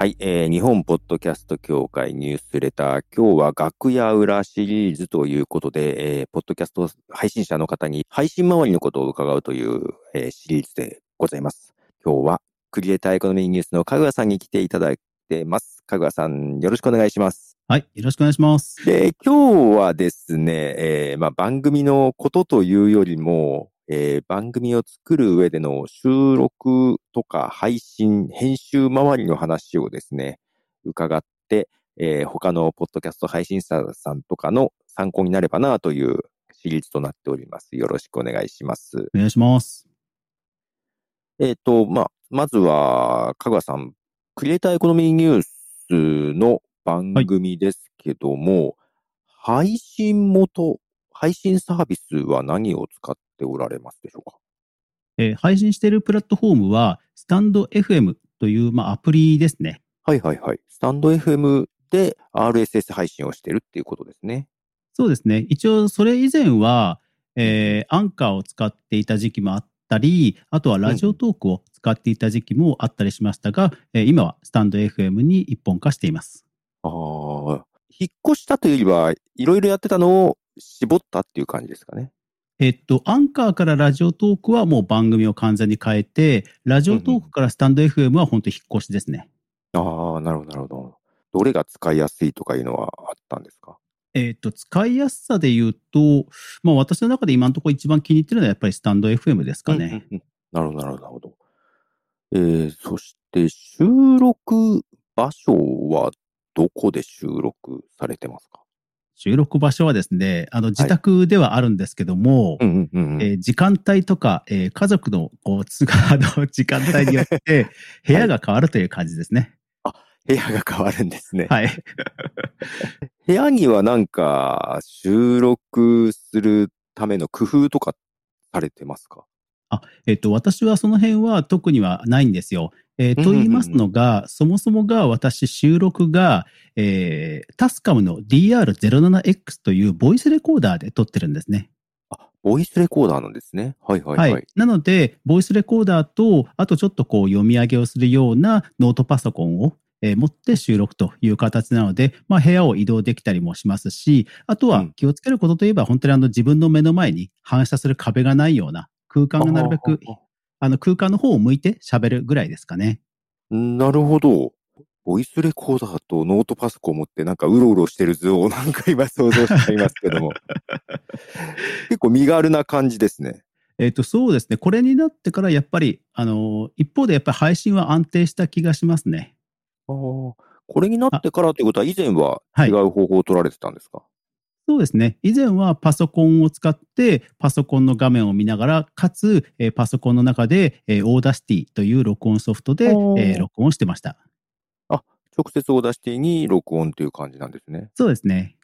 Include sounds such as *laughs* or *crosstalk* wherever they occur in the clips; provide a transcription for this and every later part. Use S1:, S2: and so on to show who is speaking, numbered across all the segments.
S1: はい、えー、日本ポッドキャスト協会ニュースレター、今日は楽屋裏シリーズということで、えー、ポッドキャスト配信者の方に配信周りのことを伺うという、えー、シリーズでございます。今日はクリエイターエコノミーニュースのかぐわさんに来ていただいてます。かぐわさん、よろしくお願いします。
S2: はい、よろしくお願いします。
S1: で、今日はですね、えー、まあ、番組のことというよりも、えー、番組を作る上での収録とか配信、編集周りの話をですね、伺って、えー、他のポッドキャスト配信者さんとかの参考になればなというシリーズとなっております。よろしくお願いします。
S2: お願いします。
S1: えっ、ー、と、まあ、まずは、かぐわさん、クリエイターエコノミーニュースの番組ですけども、はい、配信元、配信サービスは何を使ってておられますでしょうか、
S2: えー、配信しているプラットフォームは、スタンド FM という、まあ、アプリですね。
S1: はいはいはい。スタンド FM で RSS 配信をしてるっていうことですね。
S2: そうですね。一応、それ以前は、えー、アンカーを使っていた時期もあったり、あとはラジオトークを使っていた時期もあったりしましたが、うん、今はスタンド FM に一本化しています。
S1: ああ、引っ越したというよりは、いろいろやってたのを絞ったっていう感じですかね。
S2: えっと、アンカーからラジオトークはもう番組を完全に変えて、ラジオトークからスタンド FM は本当引っ越しですね。
S1: うん、ああ、なるほど、なるほど。どれが使いやすいとかいうのはあったんですか
S2: えっと、使いやすさで言うと、まあ私の中で今のところ一番気に入ってるのはやっぱりスタンド FM ですかね。
S1: うんうんうん、なるほど、なるほど。えー、そして収録場所はどこで収録されてますか
S2: 収録場所はですね、あの自宅ではあるんですけども、時間帯とか、えー、家族のこうつ *laughs* あの時間帯によって *laughs* 部屋が変わるという感じですね。
S1: はい、あ部屋が変わるんですね。
S2: はい。
S1: 部屋にはなんか収録するための工夫とかされてますか
S2: あ、えっ、ー、と、私はその辺は特にはないんですよ。えー、と言いますのが、そもそもが私収録が、えー、タスカムの DR07X というボイスレコーダーで撮ってるんですね。
S1: あ、ボイスレコーダーなんですね。はいはい、はい、はい。
S2: なので、ボイスレコーダーと、あとちょっとこう読み上げをするようなノートパソコンを、えー、持って収録という形なので、まあ、部屋を移動できたりもしますし、あとは気をつけることといえば、本当にあの自分の目の前に反射する壁がないような空間がなるべくあの空間の方を向いて喋るぐらいですかね。
S1: なるほど。ボイスレコーダーとノートパソコン持ってなんかうろうろしてる図をなんか今想像しちゃいますけど *laughs* も。結構身軽な感じですね。
S2: えっ、と、そうですね。これになってからやっぱり、あの、一方でやっぱり配信は安定した気がしますね。
S1: ああ、これになってからということは以前は違う方法を取られてたんですか、はい
S2: そうですね。以前はパソコンを使って、パソコンの画面を見ながら、かつ、えー、パソコンの中で、えー、オーダーシティという録音ソフトで、えー、録音してました。
S1: あ、直接オーダーシティに録音という感じなんですね。
S2: そうですね。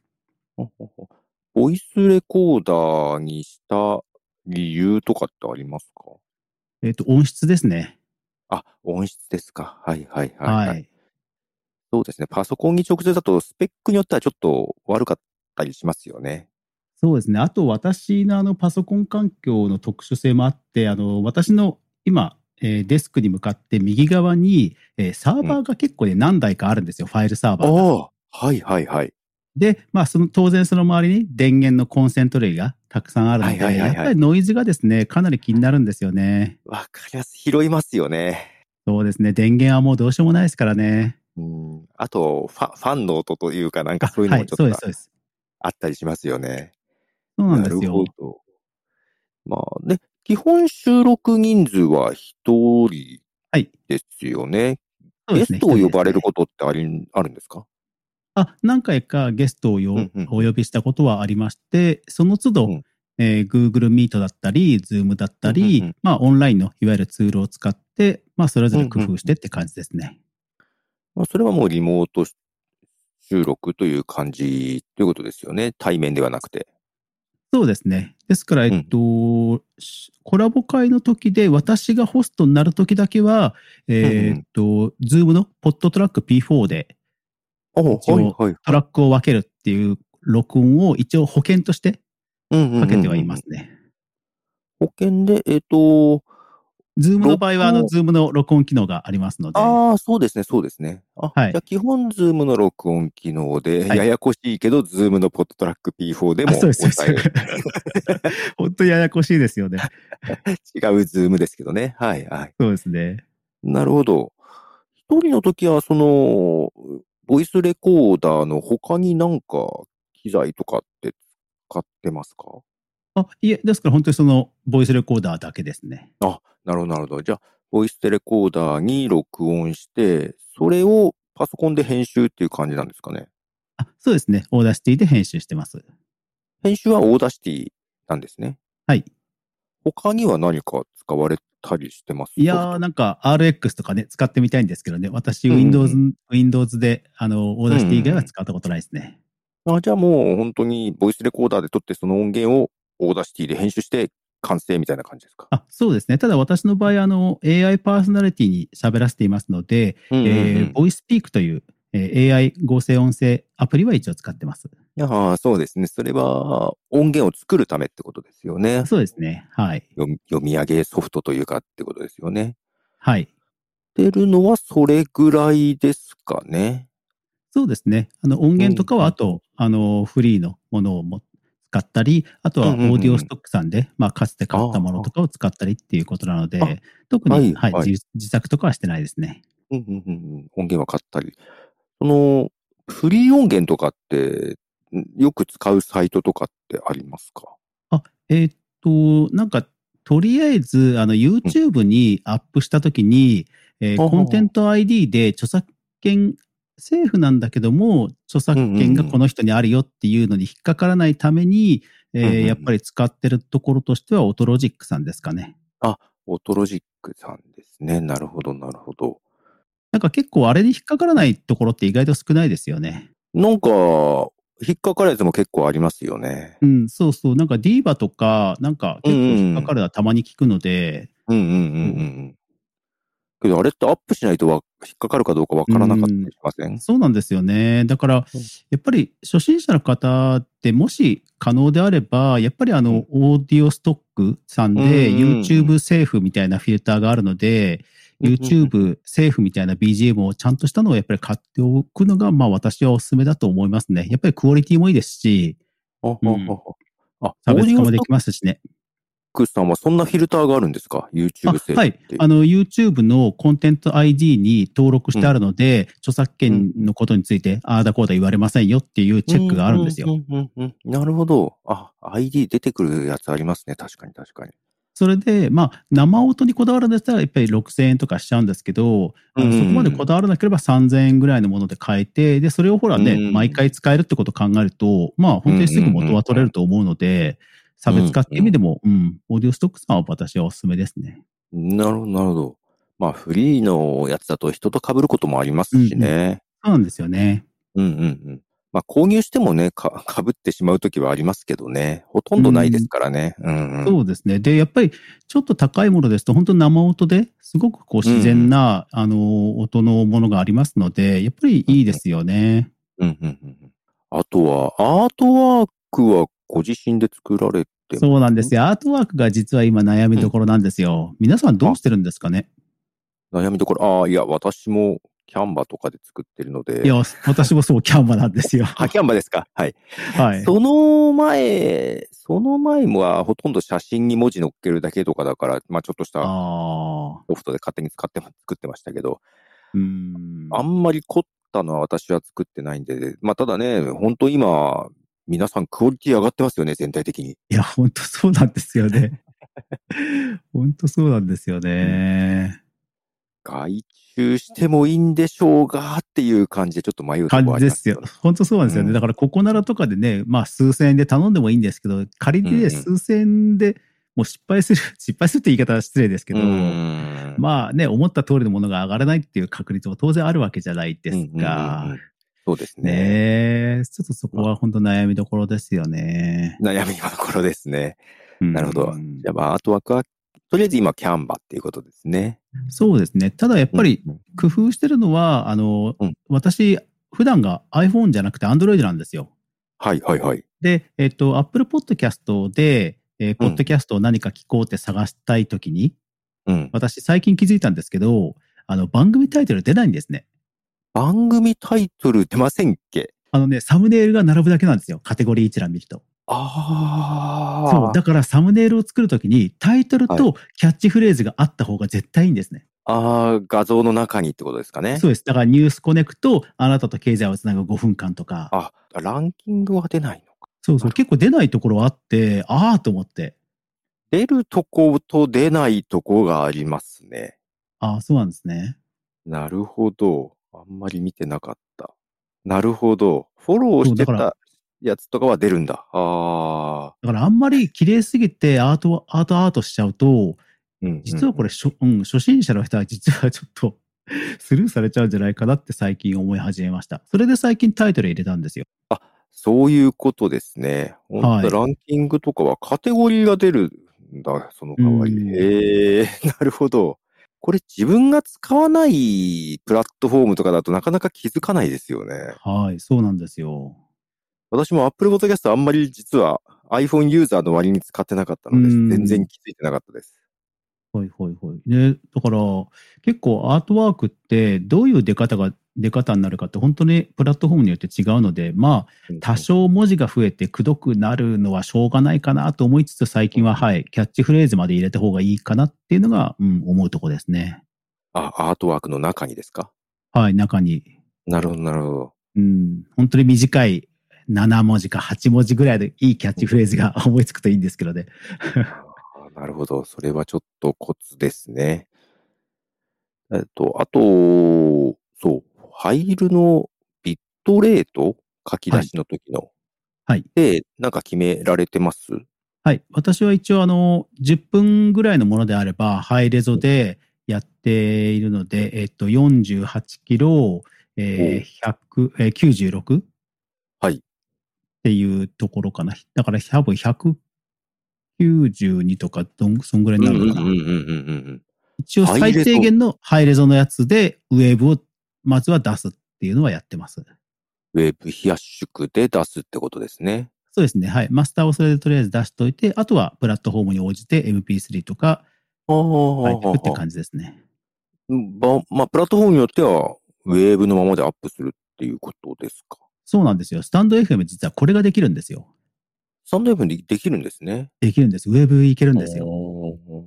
S1: ボイスレコーダーにした理由とかってありますか
S2: えっ、と、音質ですね。
S1: あ、音質ですか。はいはいはい、はい、はい。そうですね。パソコンに直接だと、スペックによってはちょっと悪かった。たりしますよね。
S2: そうですね。あと私のあのパソコン環境の特殊性もあって、あの私の今、えー、デスクに向かって右側に、えー、サーバーが結構ね、何台かあるんですよ、うん、ファイルサーバーが。
S1: はいはいはい。
S2: で、まあその当然その周りに電源のコンセント類がたくさんあるので、やっぱりノイズがですね、かなり気になるんですよね。
S1: わかります。拾いますよね。
S2: そうですね。電源はもうどうしようもないですからね。
S1: うん。あとファ、ファンの音というかなんかそういうのもちょっと、はい、そうですそうです。あったりしますよね。
S2: そうなんですよ。
S1: まあね、基本収録人数は1人ですよね。はい、ねゲストを呼ばれることってあり、ね、あるんですか
S2: あ何回かゲストを、うんうん、お呼びしたことはありまして、その都度、うん、えー、Google Meet だったり、Zoom だったり、まあ、オンラインのいわゆるツールを使って、まあ、それぞれ工夫してって感じですね。
S1: まあ、それはもうリモート収録という感じということですよね。対面ではなくて。
S2: そうですね。ですから、えっと、うん、コラボ会の時で、私がホストになる時だけは、えー、っと、ズームのポットトラック P4 で、一応トラックを分けるっていう録音を一応保険としてかけてはいますね。
S1: 保険で、えっ、ー、と、
S2: ズームの場合は、あの、ズームの録音機能がありますので。
S1: ああ、そうですね、そうですね。あ、
S2: はい
S1: じゃあ基本、ズームの録音機能で、
S2: はい
S1: ややこしいけど、ズームのポットトラック P4 でも
S2: あそうです、そう
S1: 抑え
S2: で
S1: る、
S2: す。 *laughs* 本当にややこしいですよね。
S1: 違うズームですけどね。はい、はい。
S2: そうですね。
S1: なるほど。一人の時は、その、ボイスレコーダーの他になんか機材とかって使ってますか
S2: あ、いえ、ですから本当にその、ボイスレコーダーだけですね。
S1: なるほど、なるほど。じゃあ、ボイスレコーダーに録音して、それをパソコンで編集っていう感じなんですかね。
S2: あ、そうですね。オーダーシティで編集してます。
S1: 編集はオーダーシティなんですね。
S2: はい。
S1: 他には何か使われたりしてます
S2: いやー、なんか RX とかね、使ってみたいんですけどね。私、
S1: うんうん
S2: Windows、Windows で、あの、オーダーシティ以外は使ったことないですね。
S1: あじゃあもう本当にボイスレコーダーで撮ってその音源をオーダーシティで編集して完成みたいな感じですか。
S2: あ、そうですね。ただ私の場合、あの、AI パーソナリティに喋らせていますので、
S1: うんうんうん
S2: えー、ボイスピークという、えー AI 合成音声アプリは一応使ってます。
S1: いやー、そうですね。それは音源を作るためってことですよね。
S2: そうですね。はい。
S1: 読み読み上げソフトというかってことですよね。
S2: はい。
S1: 出るのはそれぐらいですかね。
S2: そうですね。あの、音源とか
S1: うん
S2: は、あと、あの、フリーのものをも使ったり、あと
S1: う
S2: は
S1: ん
S2: オ
S1: うんうん
S2: ーディオストックさんで、まあ、かつて買ったものとかを使ったりっていうことなの
S1: あ
S2: で、特
S1: は
S2: に、
S1: い
S2: はい、
S1: はい
S2: 自自作とかはしてないですね。
S1: うんうんうんうん、音源は買ったり。その、フリー音源とかって、んよく使うサイトとかってありますか
S2: えーっと、なんか、とりあえず、あの、YouTube にアップしたときに、えー
S1: あー
S2: コンテンツ ID で著作権、政府なんだけども、著作権がこの人にあるよっていうのに引っかからないために、
S1: うんうんう
S2: え
S1: ん
S2: ーやっぱり使ってるところとしては、オトロジックさんですかね。
S1: オトロジックさんですね。なるほど、なるほど。
S2: なんか結構あれに引っかからないところって意外と少ないですよね。
S1: なんか、引っかかるやつも結構ありますよね。
S2: うん、そうそう。なんかディーバとか、なんか結構引っかかるのはたまに聞くので、
S1: うんうんうんうんうん。けど、あれってアップしないとわ引っかかるかどうかわからなかったりしません
S2: そうなんですよね。だから
S1: うん、
S2: やっぱり初心者の方って、もし可能であれば、やっぱりあの、オーディオストックさんで、
S1: うんうんうん
S2: YouTube セーフみたいなフィルターがあるの
S1: う
S2: で、
S1: んうん
S2: YouTube セーフみたいな BGM をちゃんとしたのをやっぱり買っておくのが、まあ私はおすすめだと思いますね。やっぱりクオリティもいいですし、
S1: あ、あ、あ、あ、
S2: 差
S1: オーデ
S2: 別
S1: ィ
S2: 化
S1: オ
S2: も
S1: ス
S2: で
S1: ト
S2: きますしね。
S1: ックさんはそんなフィルターがあるんですか ?YouTube 制
S2: あはい
S1: っ。て。
S2: あの、YouTube のコンテンツ ID に登録してあるので、著作権のことについて、ああだこうだ言われませんよっていうチェックがあるんですよ。
S1: うんうんうんうんなるほど。あ、ID 出てくるやつありますね。確かに確かに。
S2: それで、まあ、生音にこだわるんでしたら、やっぱり6000円とかしちゃうんですけど、あの
S1: うんうん
S2: そこまでこだわらなければ3000円ぐらいのもので買えて、で、それをほらね、
S1: うん
S2: 毎回使えるってことを考えると、まあ、本当にすぐ元は取れると思うので、差別化っていう意味でも、うん、オーディオストックさんは私はおすすめですね。
S1: なるほど、なるほど。まあ、フリーのやつだと人と被ることもありますしね。
S2: そうなんですよね。
S1: うんうんうん。まあ、購入してもね、か、 *laughs* 被ってしまうときはありますけどね。ほとんどないですからね。うん、うん。
S2: そうですね。で、やっぱりちょっと高いものですと、本当生音ですごくこう自然な、あの、音のものがありますので、やっぱりいいですよね。
S1: うんうんうんうん。あとは、アートワークはご自身で作られて
S2: そうなんですよ。アートワークが実は今悩みどころなんですよ。皆さんどうしてるんですかね
S1: 悩みどころ、ああ、いや、私もキャンバとかで作ってるので。
S2: いや、私もそうキャンバなんですよ。
S1: あ、キャンバですかはい。
S2: はい。
S1: その前、その前もはほとんど写真に文字乗っけるだけとかだから、まあちょっとした
S2: ああ。
S1: ソフトで勝手に使って、作ってましたけど、
S2: うーん。
S1: あんまり凝ったのは私は作ってないんで、まあただね、本当今、皆さんクオリティ上がってますよね、全体的に。
S2: いや、本当そうなんです
S1: *laughs*
S2: よね。本当そうなんですよね。
S1: 外注してもいいんでしょうがっていう感じでちょっと迷うとこ
S2: 感
S1: ろはあ
S2: じ
S1: り
S2: で
S1: ます
S2: すよ。本当そうなんですよね。
S1: うん
S2: だから、ここならとかでね、まあ、数千円で頼んでもいいんですけど、仮に
S1: うんうん
S2: ね、数千円で、もう失敗する、 *laughs* 失敗するって言い方は失礼ですけど、
S1: うん
S2: まあね、思った通りのものが上がらないっていう確率も当然あるわけじゃないです
S1: うんうんうんう
S2: か
S1: ん。そうですね。
S2: ねえ、ちょっとそこは本当悩みどころですよね。
S1: 悩みのところですね。な
S2: な
S1: るほどじゃあまあアートワークは、とりあえず今キャンバっていうことですね。
S2: そうですね。ただやっぱり
S1: うん、
S2: 工夫してるのは、あの、
S1: うん
S2: 私、普段が iPhone じゃなくて Android なんですよ。
S1: はいはいはい。
S2: で、えっと、Apple Podcast で、えー、ポッドキャストを何か聞こうって探したいときに、
S1: うん。
S2: 私、最近気づいたんですけど、あの、番組タイトル出ないんですね。
S1: 番組タイトル出ませんっけ
S2: あのね、サムネイルが並ぶだけなんですよ。カテゴリー一覧見ると。
S1: ああ。
S2: そう。だからサムネイルを作るときに、タイトル
S1: は
S2: とキャッチフレーズがあった方が絶対いいんですね。
S1: ああ、画像の中にってことですかね。
S2: そうです。だからニュースコネクト、あなたと経済をつなぐ5分間とか。
S1: あ、ランキングは出ないのか。
S2: そうそう。結構出ないところあって、ああと思って。
S1: 出るとこと出ないとこがありますね。
S2: ああ、そうなんですね。
S1: なるほど。あんまり見てなかった。なるほど。フォローして
S2: そうだか
S1: たやつとかは出るんだ。ああ。
S2: だからあんまり綺麗すぎてアート、アートアートしちゃうと、
S1: うん
S2: 実はこれ、初うん、初心者の人は実はちょっと *laughs* スルーされちゃうんじゃないかなって最近思い始めました。それで最近タイトル入れたんですよ。
S1: そういうことですね。本当ランキングとかはカテゴリーが出るんだ、その代わり
S2: う。ん
S1: へえ、 *laughs* なるほど。これ自分が使わないプラットフォームとかだとなかなか気づかないですよね。
S2: はい、そうなんですよ。
S1: 私も Apple Podcast あんまり実は iPhone ユーザーの割に使ってなかったので
S2: うん
S1: 全然気づいてなかったです。
S2: ほいほいほい。ね、だから結構アートワークってどういう出方が、出方になるかって本当にプラットフォームによって違うので、まあ多少文字が増えてくどくなるのはしょうがないかなと思いつつ最近ははい、キャッチフレーズまで入れた方がいいかなっていうのが、うん、思うとこですね。
S1: あ、アートワークの中にですか
S2: はい、中に
S1: なるほど、なるほど。
S2: うん、本当に短い7文字か8文字ぐらいでいいキャッチフレーズが *laughs* 思いつくといいんですけどね。
S1: あなるほど。それはちょっとコツですね。えっと、あと、そう、ファイルのビットレート書き出しの時の。
S2: はい
S1: で、なんか決められてます
S2: はい。私は一応あの、10分ぐらいのものであれば、ハイレゾでやっているので、えっと、48キロ、えー、100えー、96?
S1: はい
S2: っていうところかな。だから多分192とか、どん、そんぐらいになるのかな。
S1: うんうんうん。
S2: 一応最低限のハイレゾのやつで、ウェーブをまずは出すっていうのはやってます。
S1: ウェブ非圧縮で出すってことですね。
S2: そうですね。はい。マスターをそれでとりあえず出しといて、あとはプラットフォームに応じて MP3 とか
S1: あ
S2: 書いていくって
S1: あ。
S2: 感じですね。
S1: ばまあ、プラットフォームによっては、ウェーブのままでアップするっていうことですか。
S2: そうなんですよ。スタンド FM 実はこれができるんですよ。
S1: スタンド F でできるんですね。
S2: できるんです。ウェブいけるんです
S1: あ
S2: よ。
S1: ー。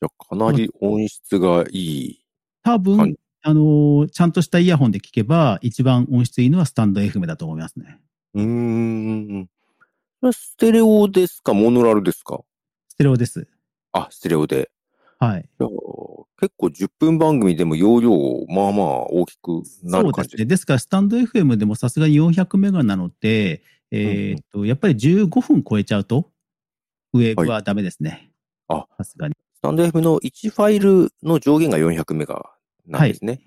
S1: じゃあかなり音質がいい。
S2: 多分、
S1: はい
S2: あのーちゃんとしたイヤホンで聞けば、一番音質いいのはスタンド FM だと思いますね。
S1: うーん。それはステレオですかモノラルですか
S2: ステレオです。
S1: あ、ステレオで。
S2: はい。
S1: いやー結構10分番組でも容量、まあまあ大きくな
S2: そ
S1: る
S2: うで
S1: 感
S2: す
S1: じ
S2: ね。ですから、スタンド FM でもさすがに400メガなので、えーっと、やっぱり15分超えちゃうと、ウェーブはダメですね。
S1: はいあ
S2: さすがに。
S1: スタンド F の1ファイルの上限が400メガなんですね。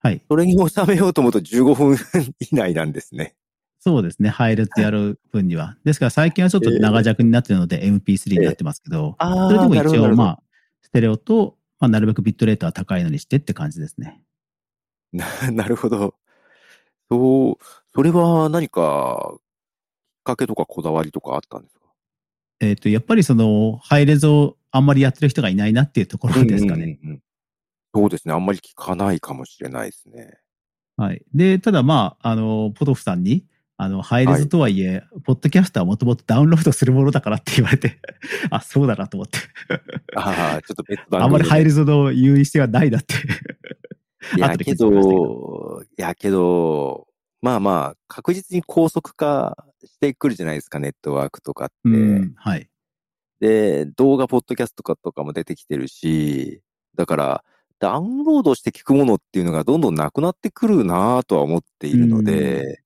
S2: はい。
S1: それに収めようと思うと15分以内なんですね。
S2: そうですね。配列やる分には。ですから最近はちょっと長尺になってるので MP3 になってますけど、
S1: あ
S2: それでも一応ま
S1: あ。
S2: あ、ステレオと、まあ、なるべくビットレートは高いのにしてって感じですね。
S1: な *laughs* なるほど。そう、それは何か、きっかけとかこだわりとかあったんですか
S2: えっ、と、やっぱりその、配列をあんまりやってる人がいないなっていうところですかね。
S1: うんうんうんそうですね。あんまり聞かないかもしれないですね。
S2: はい。で、ただまあ、あの、ポトフさんに、あの、配列とはいえ、ポッドキャストはもともとダウンロードするものだからって言われて、 *laughs* あ、そうだなと思って。
S1: ああ、ちょっと別番組
S2: あんまり配
S1: る。
S2: 列の優位性はないなって。
S1: いや、
S2: 後で気
S1: け
S2: づきましたけ
S1: ど、いや、けど、まあまあ、確実に高速化してくるじゃないですか、ネットワークとかって。
S2: うん。はい。
S1: で、動画、ポッドキャストとかとかも出てきてるし、だから、ダウンロードして聞くものっていうのがどんどんなくなってくるなぁとは思っているので、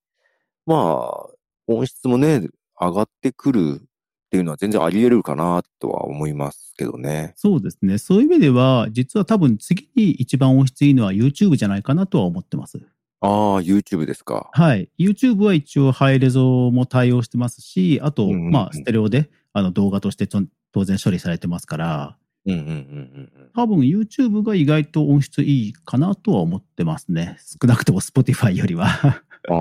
S1: まあ、音質もね、上がってくるっていうのは全然あり得るかなとは思いますけどね。
S2: そうですね。そういう意味では、実は多分次に一番音質いいのは YouTube じゃないかなとは思ってます。
S1: ああ、YouTube ですか。
S2: はい。YouTube は一応ハイレゾも対応してますし、あ
S1: う
S2: と、
S1: んうんうん
S2: まあ、ステレオであの動画としてちょん当然処理されてますから、
S1: うんうんうんうん
S2: 多分 YouTube が意外と音質いいかなとは思ってますね。少なくとも Spotify よりは。 *laughs*
S1: うん。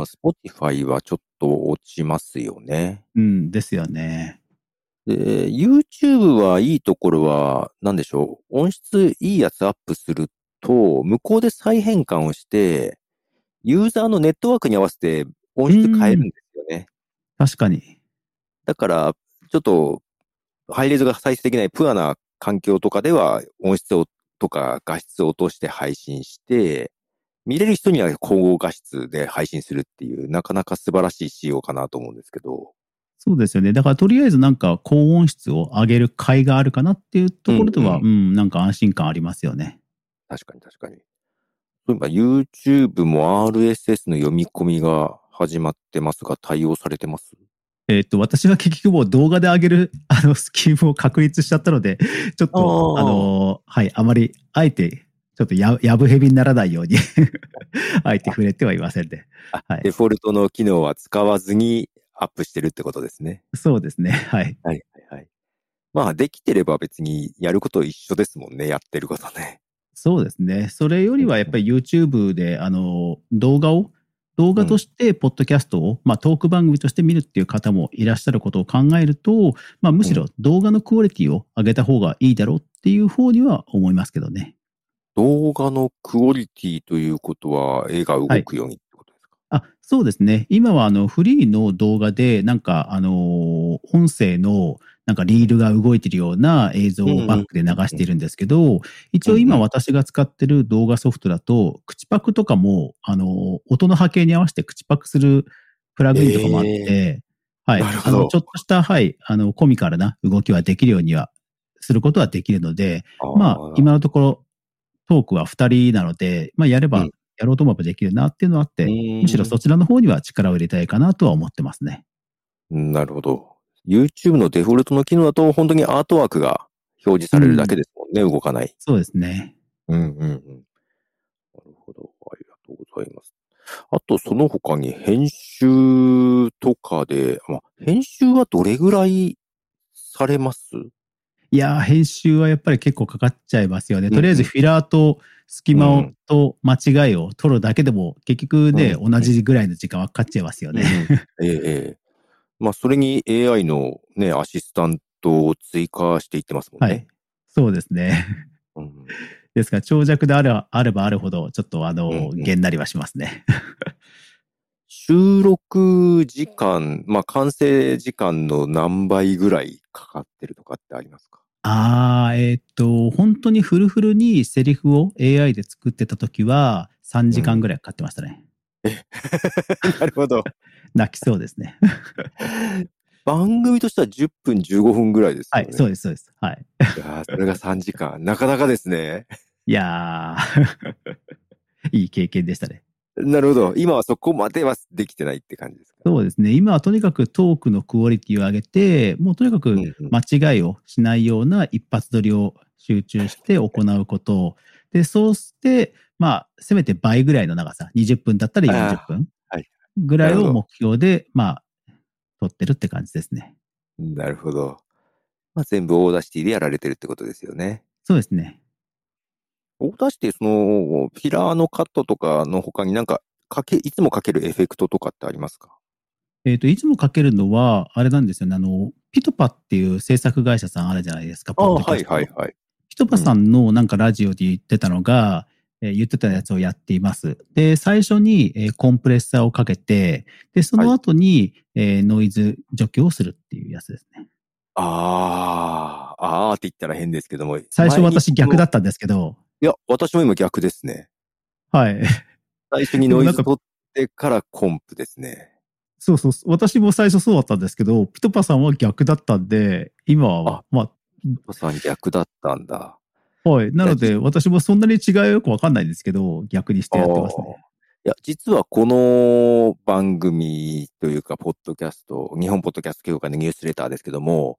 S1: ああ、Spotify はちょっと落ちますよね。
S2: うんですよね。
S1: で、YouTube はいいところは、なんでしょう。音質いいやつアップすると、向こうで再変換をして、ユーザーのネットワークに合わせて音質変えるんですよね。
S2: 確かに。
S1: だから、ちょっと、ハイレゾが再生できないプアな環境とかでは、音質をとか画質を落として配信して、見れる人には高合画質で配信するっていう、なかなか素晴らしい仕様かなと思うんですけど。
S2: そうですよね。だからとりあえずなんか高音質を上げる甲斐があるかなっていうところでは、
S1: う
S2: うんん、なんか安心感ありますよね。
S1: 確かに確かに。そういえば YouTube も RSS の読み込みが始まってますが、対応されてます
S2: えっ、と、私は結局もう動画で上げる、 *laughs* あの、スキームを確立しちゃったので、ちょっと、
S1: あー
S2: あの、はい、あまり、あえて、ちょっとや、やぶへびにならないように、 *laughs* あえて触れてはいませんで、
S1: あ
S2: はい
S1: デ。フォルトの機能は使わずにアップしてるってことですね。
S2: そうですね。はい。
S1: はいはいはい。まあ、できてれば別にやること一緒ですもんね、やってること
S2: *laughs*
S1: ね。
S2: そうですね。それよりはやっぱり YouTube で、あの、動画を、動画として、ポッドキャストを、まあ、トーク番組として見るっていう方もいらっしゃることを考えると、まあ、むしろ動画のクオリティを上げた方がいいだろうっていう方には思いますけどね。
S1: 動画のクオリティということは、絵が動くようにってことですか、
S2: あ、そうですね。今は、あの、フリーの動画で、なんか、あの、音声の、なんかリールが動いてるような映像をバックで流しているんですけど、一応
S1: う
S2: 今
S1: んうん
S2: 私が使ってる動画ソフトだと、口パクとかも、あの、音の波形に合わせて口パクするプラグインとかもあって、はい。
S1: なるほ
S2: あ
S1: ど
S2: の、ちょっとした、はい、あの、コミカルな動きはできるようには、することはできるので、まあ、今のところ、トークは2人なので、まあ、やれば、
S1: うん
S2: やろうと思えばできるなっていうのはあって、む
S1: む
S2: しろそちらの方には力を入れたいかなとは思ってますね。
S1: うんなるほど。YouTube のデフォルトの機能だと、本当にアートワークが表示されるだけですもんね、動かない。
S2: そうですね。
S1: うんうんうん。なるほど。ありがとうございます。あと、その他に編集とかで、まあ、編集はどれぐらいされます
S2: いやー、編集はやっぱり結構かかっちゃいますよね。
S1: うん
S2: とりあえずフィラーと隙間
S1: う
S2: を
S1: ん
S2: と間違いを取るだけでも、結局ね、
S1: うん
S2: 同じぐらいの時間はかかっちゃいますよね。
S1: うんええええまあ、それに AI のね、アシスタントを追加していってますもんね。
S2: はい。そうですね。
S1: うん
S2: ですから、長尺であればあればあるほど、ちょっとあの、
S1: うんうん
S2: げんなりはしますね。
S1: 収録時間、まあ、完成時間の何倍ぐらいかかってるとかってあります
S2: *laughs*
S1: か
S2: あー、えーっと、本当にフルフルにセリフを AI で作ってた時は、3時間ぐらいかかってましたね。
S1: なるほど。
S2: 泣きそうですね。
S1: 番組としては10分、15分ぐらいですよ
S2: は
S1: ね。
S2: い、そうです、そうです。はい。
S1: いやーそれが3時間。なかなかですね。
S2: いやー、 *laughs* いい経験でしたね。
S1: なるほど。今はそこまではできてないって感じですか。
S2: そうですね。今はとにかくトークのクオリティを上げて、もうとにか
S1: う
S2: く
S1: んうん
S2: 間違いをしないような一発撮りを集中して行うこと。で、そうして、まあ、せめて倍ぐらいの長さ、20分だったり
S1: あー
S2: 40分
S1: はい
S2: ぐらい
S1: なるほど
S2: を目標で、まあ、撮ってるって感じですね。
S1: なるほど。まあ、全部オーダーシティでやられてるってことですよね。
S2: そうですね。
S1: オーダーシティ、その、フィラーのカットとかの他になんか、かけ、いつもかけるエフェクトとかってありますか
S2: えっ、と、いつもかけるのは、あれなんですよね。あの、ピトパっていう制作会社さんあるじゃないですか。ポッドキャストの
S1: はい。
S2: ひとぱさんのなんかラジオで言ってたのが、えー言ってたやつをやっています。で、最初に、えーコンプレッサーをかけて、で、その後に、えーノイズ除去をするっていうやつですね。
S1: あー、あーって言ったら変ですけども。
S2: 最初私
S1: 前に
S2: 逆だったんですけど、
S1: いや、私も今逆ですね。
S2: はい。 *laughs*
S1: 最初にノイズ取ってからコンプですね。
S2: そうそうそう、私も最初そうだったんですけど、ピトパさんは逆だったんで、今は、ま
S1: お父さん逆だったんだ。
S2: あ、はい。なので、私もそんなに違いはよくわかんないんですけど、逆にしてやってますね。
S1: いや、実はこの番組というか、ポッドキャスト、日本ポッドキャスト協会のニュースレターですけども、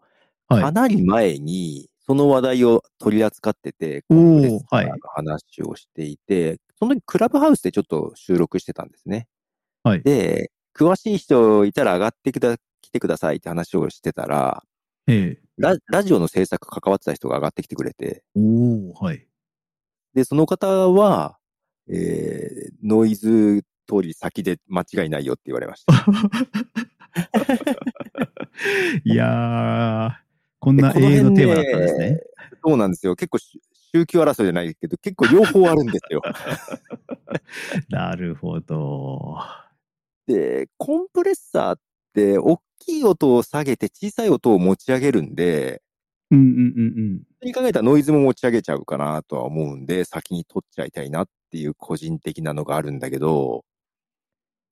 S2: はい
S1: か。なり前にその話題を取り扱ってて、
S2: お
S1: コンプレッ
S2: ー、
S1: サ
S2: は
S1: ー
S2: い
S1: の。話をしていて、その時クラブハウスでちょっと収録してたんですね。
S2: はい
S1: で、詳しい人いたら上がってくだ、来てくださいって話をしてたら、
S2: ええ
S1: ララジオの制作関わってた人が上がってきてくれて、
S2: おー、はい。
S1: で、その方は、えー、ノイズ通り先で間違いないよ
S2: *laughs*
S1: って言われました。
S2: いやー、こんな永遠のテーマだったん
S1: でこの
S2: です
S1: 辺
S2: ね
S1: ね。そうなんですよ。結構し、 *laughs* 宗教争いじゃないけど、結構両方あるんですよ。
S2: なるほど。
S1: で、コンプレッサーって、大きい音を下げて小さい音を持ち上げるんで、
S2: うんうんうんうん。
S1: 普通に考えたらノイズも持ち上げちゃうかなとは思うんで、先に取っちゃいたいなっていう個人的なのがあるんだけど、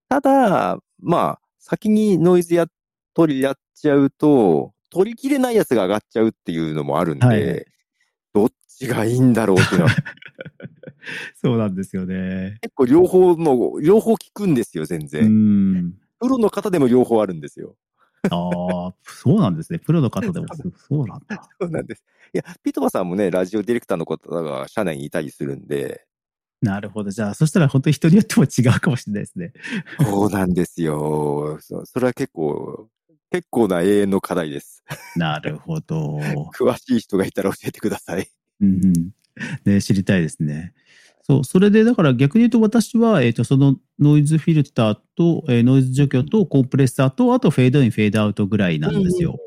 S1: ただ、まあ、先にノイズや、取りやっちゃうと、取りきれないやつが上がっちゃうっていうのもあるんで、
S2: はい
S1: どっちがいいんだろうっていうのは、
S2: そうなんですよね。
S1: 結構両方の、両方聞くんですよ、全
S2: う
S1: 然。
S2: ん。
S1: プロの方でも両方あるんですよ。
S2: ああ、そうなんですね。プロの方で *laughs* もそうそうなんだ。
S1: そうなんです。いや、ピトバさんもね、ラジオディレクターの方が社内にいたりするんで、
S2: *laughs* なるほど。じゃあ、そしたら本当に人によっても違うかもしれないですね。
S1: そうなんですよ。そそれは結構、結構な永遠の課題です。
S2: *laughs* なるほど。
S1: 詳しい人がいたら教えてください。
S2: うんうん。ね、知りたいですね。そう、それでだから逆に言うと私は、えっ、と、そのノイズフィルターと、えーノイズ除去とコンプレッサーと、あとフェードイン、フェードアウトぐらいなんですよ。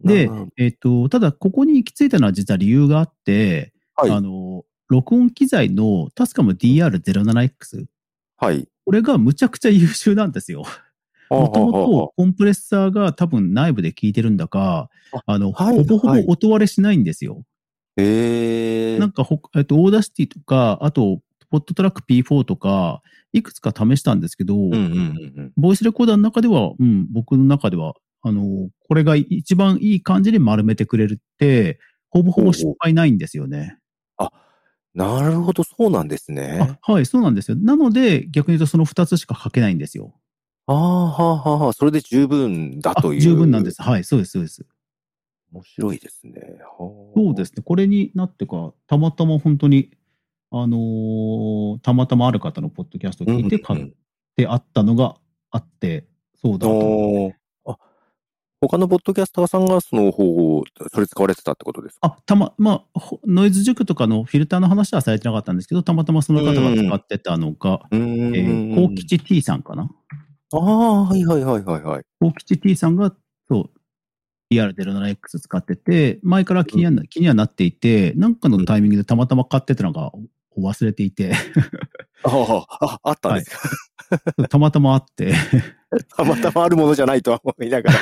S2: で
S1: うんうん、
S2: えっ、と、ただここに行き着いたのは実は理由があって、
S1: はい
S2: あの、録音機材のタスカム DR07X、
S1: はい。
S2: これがむちゃくちゃ優秀なんですよ。もともとコンプレッサーが多分内部で効いてるんだか、あの、
S1: はい
S2: ほぼほぼ
S1: はい
S2: 音割れしないんですよ。
S1: え
S2: なんかほ、えっと、オーダーシティとか、あと、ポットトラック P4 とか、いくつか試したんですけど、
S1: うんうんうん
S2: ボイスレコーダーの中では、うん、僕の中では、あの、これが一番いい感じに丸めてくれるって、ほぼほぼ失敗ないんですよね。
S1: なるほど、そうなんですね。
S2: あはい、そうなんですよ。なので、逆に言うとその2つしか書けないんですよ。
S1: ああ、はあはあはあ、それで十分だ
S2: あ
S1: という。
S2: 十分なんで。す。はい、そうです、そうです。
S1: 面白いですね。そ
S2: そうですね。これになってか、たまたま本当に、あのーたまたまある方のポッドキャストを聞いて買
S1: うんうんう
S2: っ
S1: ん
S2: てあったのがあって、そうだと思って
S1: おーあ他のポッドキャスターさんがその方法、それ使われてたってことですか
S2: あ、たま、まあ、ほノイズ塾とかのフィルターの話はされてなかったんですけど、たまたまその方が使ってたのが、
S1: う
S2: え
S1: ーん
S2: ー、高吉 T さんかな
S1: ああ、はいはいはいはいはい。
S2: 高吉 T さんが、そう、ER07X 使ってて、前から気にはな,、気にはなっていて、なんかのタイミングでたまたま買ってたのがお忘れてい *laughs* て、
S1: ああ、ああったんですか、
S2: たまたまあって、
S1: *laughs* たまたまあるものじゃないとは思いながら。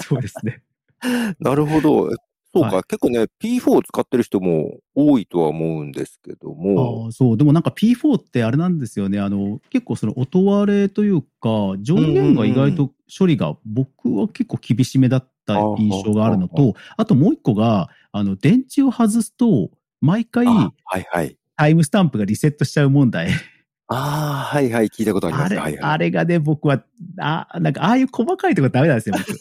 S2: そうですね。
S1: *laughs* なるほど。そうか、
S2: は
S1: 結構ね、P4 を使ってる人も多いとは思うんですけども。
S2: *laughs* ああそうでもなんか P4 ってあれなんですよねあの結構その音割れというか上限が意外と処理が僕は結構厳しめだった印象があるの
S1: あ
S2: とあともう一個があの電池を外すと毎回
S1: あはいはい。
S2: タイムスタンプがリセットしちゃう問題
S1: ああ、はいはい、聞いたことありま
S2: あ
S1: す。
S2: れ
S1: はい
S2: あ
S1: はい、
S2: れがね僕はあなんかああいう細かいとこダメなんですよ
S1: *laughs*
S2: 僕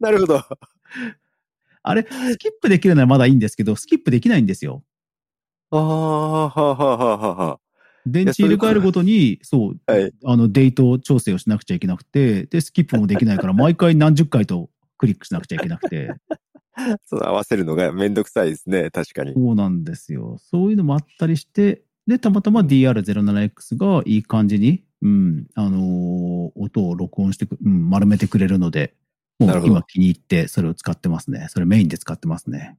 S1: なるほど。
S2: あれスキップできるならまだいいんですけどスキップできないんですよ
S1: ああ、はあはあはあはあ。
S2: 電池入れ替えるごとに、そう、
S1: はい
S2: あの、デート調整をしなくちゃいけなくて、で、スキップもで
S1: *laughs*
S2: きないから、毎回何十回とクリックしなくちゃいけなくて、
S1: そう合わせるのがめんどくさいですね、確かに。
S2: そうなんですよ。そういうのもあったりして、で、たまたま DR07X がいい感じに、うん、あのー音を録音してく、うん、丸めてくれるので、も
S1: なる
S2: う
S1: ほど
S2: 今気に入って、それを使ってますね。それメインで使ってますね。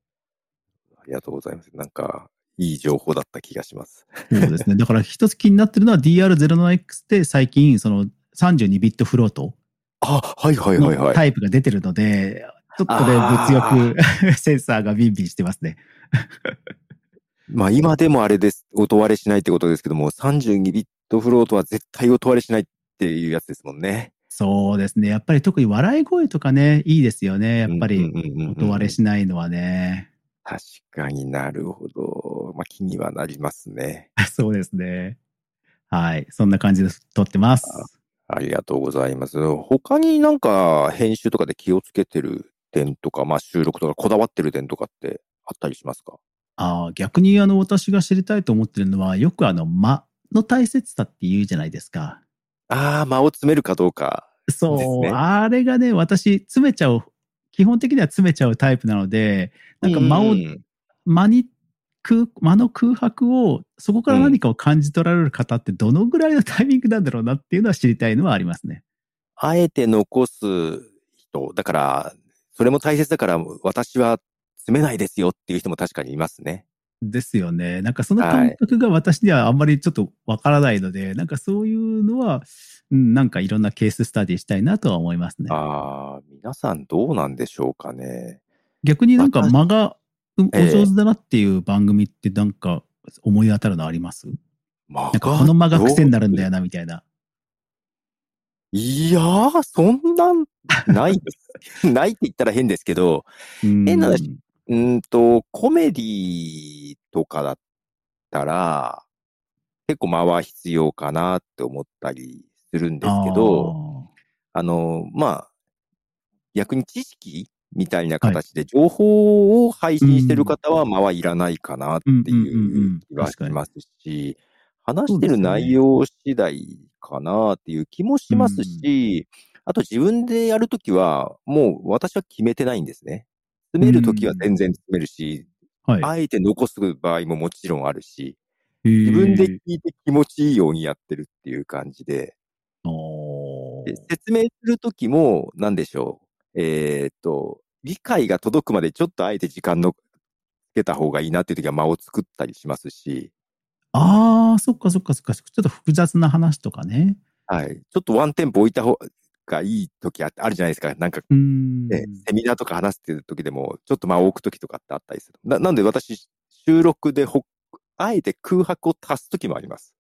S1: ありがとうございます。なんか、いい情報だった気がします。
S2: そうですね。だから一つ気になってるのは DR07X って最近、その32ビットフロート。
S1: あ、はいはいはい
S2: の
S1: はい。
S2: タイプが出てるので、ちょっとね、
S1: あー
S2: 物欲 *laughs* センサーがビンビンしてますね。
S1: まあ今でもあれです。音割れしないってことですけども、32ビットフロートは絶対音割れしないっていうやつですもんね。
S2: そうですね。やっぱり特に笑い声とかね、いいですよね。やっぱり、音
S1: 音
S2: 割れしないのはね。 *laughs*
S1: 確かになるほど。まあ気にはなりますね。
S2: そうですね。はい。そんな感じで撮ってます。
S1: ありがとうございます。他になんか編集とかで気をつけてる点とか、まあ収録とかこだわってる点とかってあったりしますか
S2: あー逆に、あの、私が知りたいと思ってるのは、よくあの、間の大切さって言うじゃないですか。
S1: ああ、間を詰めるかどうか。です
S2: そう、
S1: ね
S2: あれがね、私、詰めちゃう、基本的には詰めちゃうタイプなので、なんか間を
S1: うん
S2: 間に空間の空白をそこから何かを感じ取られる方ってどのぐらいのタイミングなんだろうなっていうのは知りたいのはありますね。
S1: あえて残す人、だから、それも大切だから、私は詰めないですよっていう人も確かにいますね。
S2: ですよね。なんかその感覚が私にはあんまりちょっとわからないので、なんかそういうのは、うんなんかいろんなケーススタディしたいなとは思いますね。
S1: ああ、皆さんどうなんでしょうかね。
S2: 逆になんか
S1: 私
S2: 間がうんお
S1: ええ
S2: 上手だなっていう番組ってなんか思い当たるのあります
S1: ま
S2: なんかこの間が癖になるんだよなみたいな。
S1: いやー、そんなん、ない、 *laughs* ないって言ったら変ですけど、
S2: 変
S1: 変な話うーんと、コメディとかだったら、結構間は必要かなって思ったりするんですけど、あの、まあ、逆に知識みたいな形で情報を配信してる方は間はいらないかなっていう気はしますし、話してる内容次第かなっていう気もしますし、あと自分でやるときは、もう私は決めてないんですね。詰めるときは全然詰めるし、
S2: あー、はい、
S1: あえて残す場合ももちろんあるし、自
S2: 自
S1: 分で聞いて気持ちいいようにやってるっていう感じで、で説明するときも、なんでしょう。えーっと、理解が届くまでちょっとあえて時間のつけた方がいいなっていうときは間を作ったりしますし、
S2: ああ、そっかそっかそっか。ちょっと複雑な話とかね。
S1: はい。ちょっとワンテンポ置いた方がいいときああるじゃないですか。なんか、
S2: うーん。
S1: ね、セミナーとか話してるときでも、ちょっと間を置くときとかってあったりする。ななんで私、収録でほ、あえて空白を足すときもあります。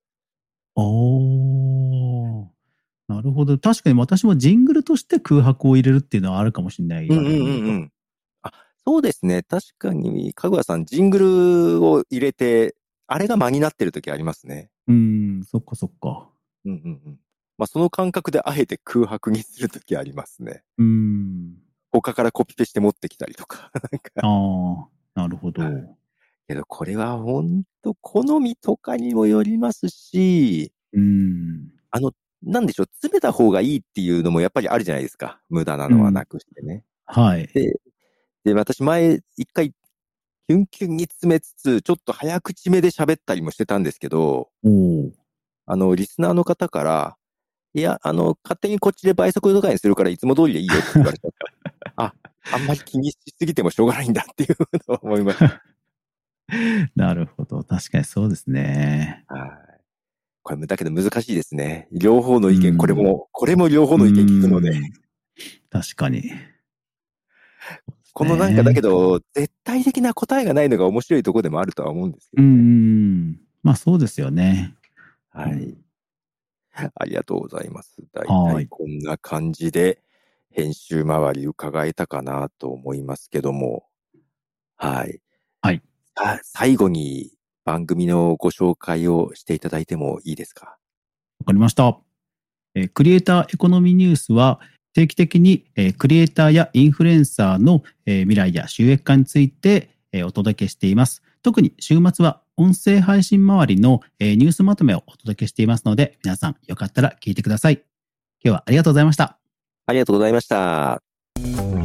S2: おーなるほど。確かに私もジングルとして空白を入れるっていうのはあるかもしれない。
S1: ん。あ、そうですね。確かに、かぐわさん、ジングルを入れて、あれが間になってるときありますね。
S2: うん、そっかそっか。
S1: うんうんうん。まあ、その感覚であえて空白にするときありますね。 *laughs*
S2: うん。
S1: 他からコピペして持ってきたりとか。 *laughs* なんか。
S2: ああ、なるほど。
S1: は
S2: う
S1: い
S2: ん
S1: けど、これは本当好みとかにもよりますし、。なんでしょう、詰めた方がいいっていうのもやっぱりあるじゃないですか。無駄なのはなくしてね。
S2: はい。
S1: で、私前、一回、キュンキュンに詰めつつ、ちょっと早口目で喋ったりもしてたんですけど、
S2: おお。
S1: あの、リスナーの方から、いや、あの、勝手にこっちで倍速とかにするからいつも通りでいいよって言われちゃ
S2: *laughs*
S1: った。あ、あんまり気にしすぎてもしょうがないんだっていうのを思いました。
S2: なるほど。確かにそうですね。
S1: はい。これも、だけど難しいですね。両方の意
S2: う
S1: 見、
S2: ん
S1: これも、これも両方の意見聞くの
S2: う
S1: で
S2: ん。確かに。
S1: このなんかだけ
S2: ど。
S1: ど、絶対的な答えがないのが面白いところでもあるとは思うんですけ
S2: う
S1: どね。
S2: ん。まあそうですよね。
S1: は
S2: う
S1: い
S2: ん。
S1: ありがとうございます。大
S2: は
S1: 体
S2: い
S1: こんな感じで、編集周り伺えたかなと思いますけども。はい。
S2: はい
S1: あ。最後に番組のご紹介をしていただいてもいいですか
S2: わかりました。えークリエイターエコノミーニュースは、定期的に、えークリエイターやインフルエンサーの、えー未来や収益化について、えーお届けしています。特に週末は音声配信周りの、えーニュースまとめをお届けしていますので、皆さんよかったら聞いてください。今日はありがとうございました。
S1: ありがとうございました。
S3: 「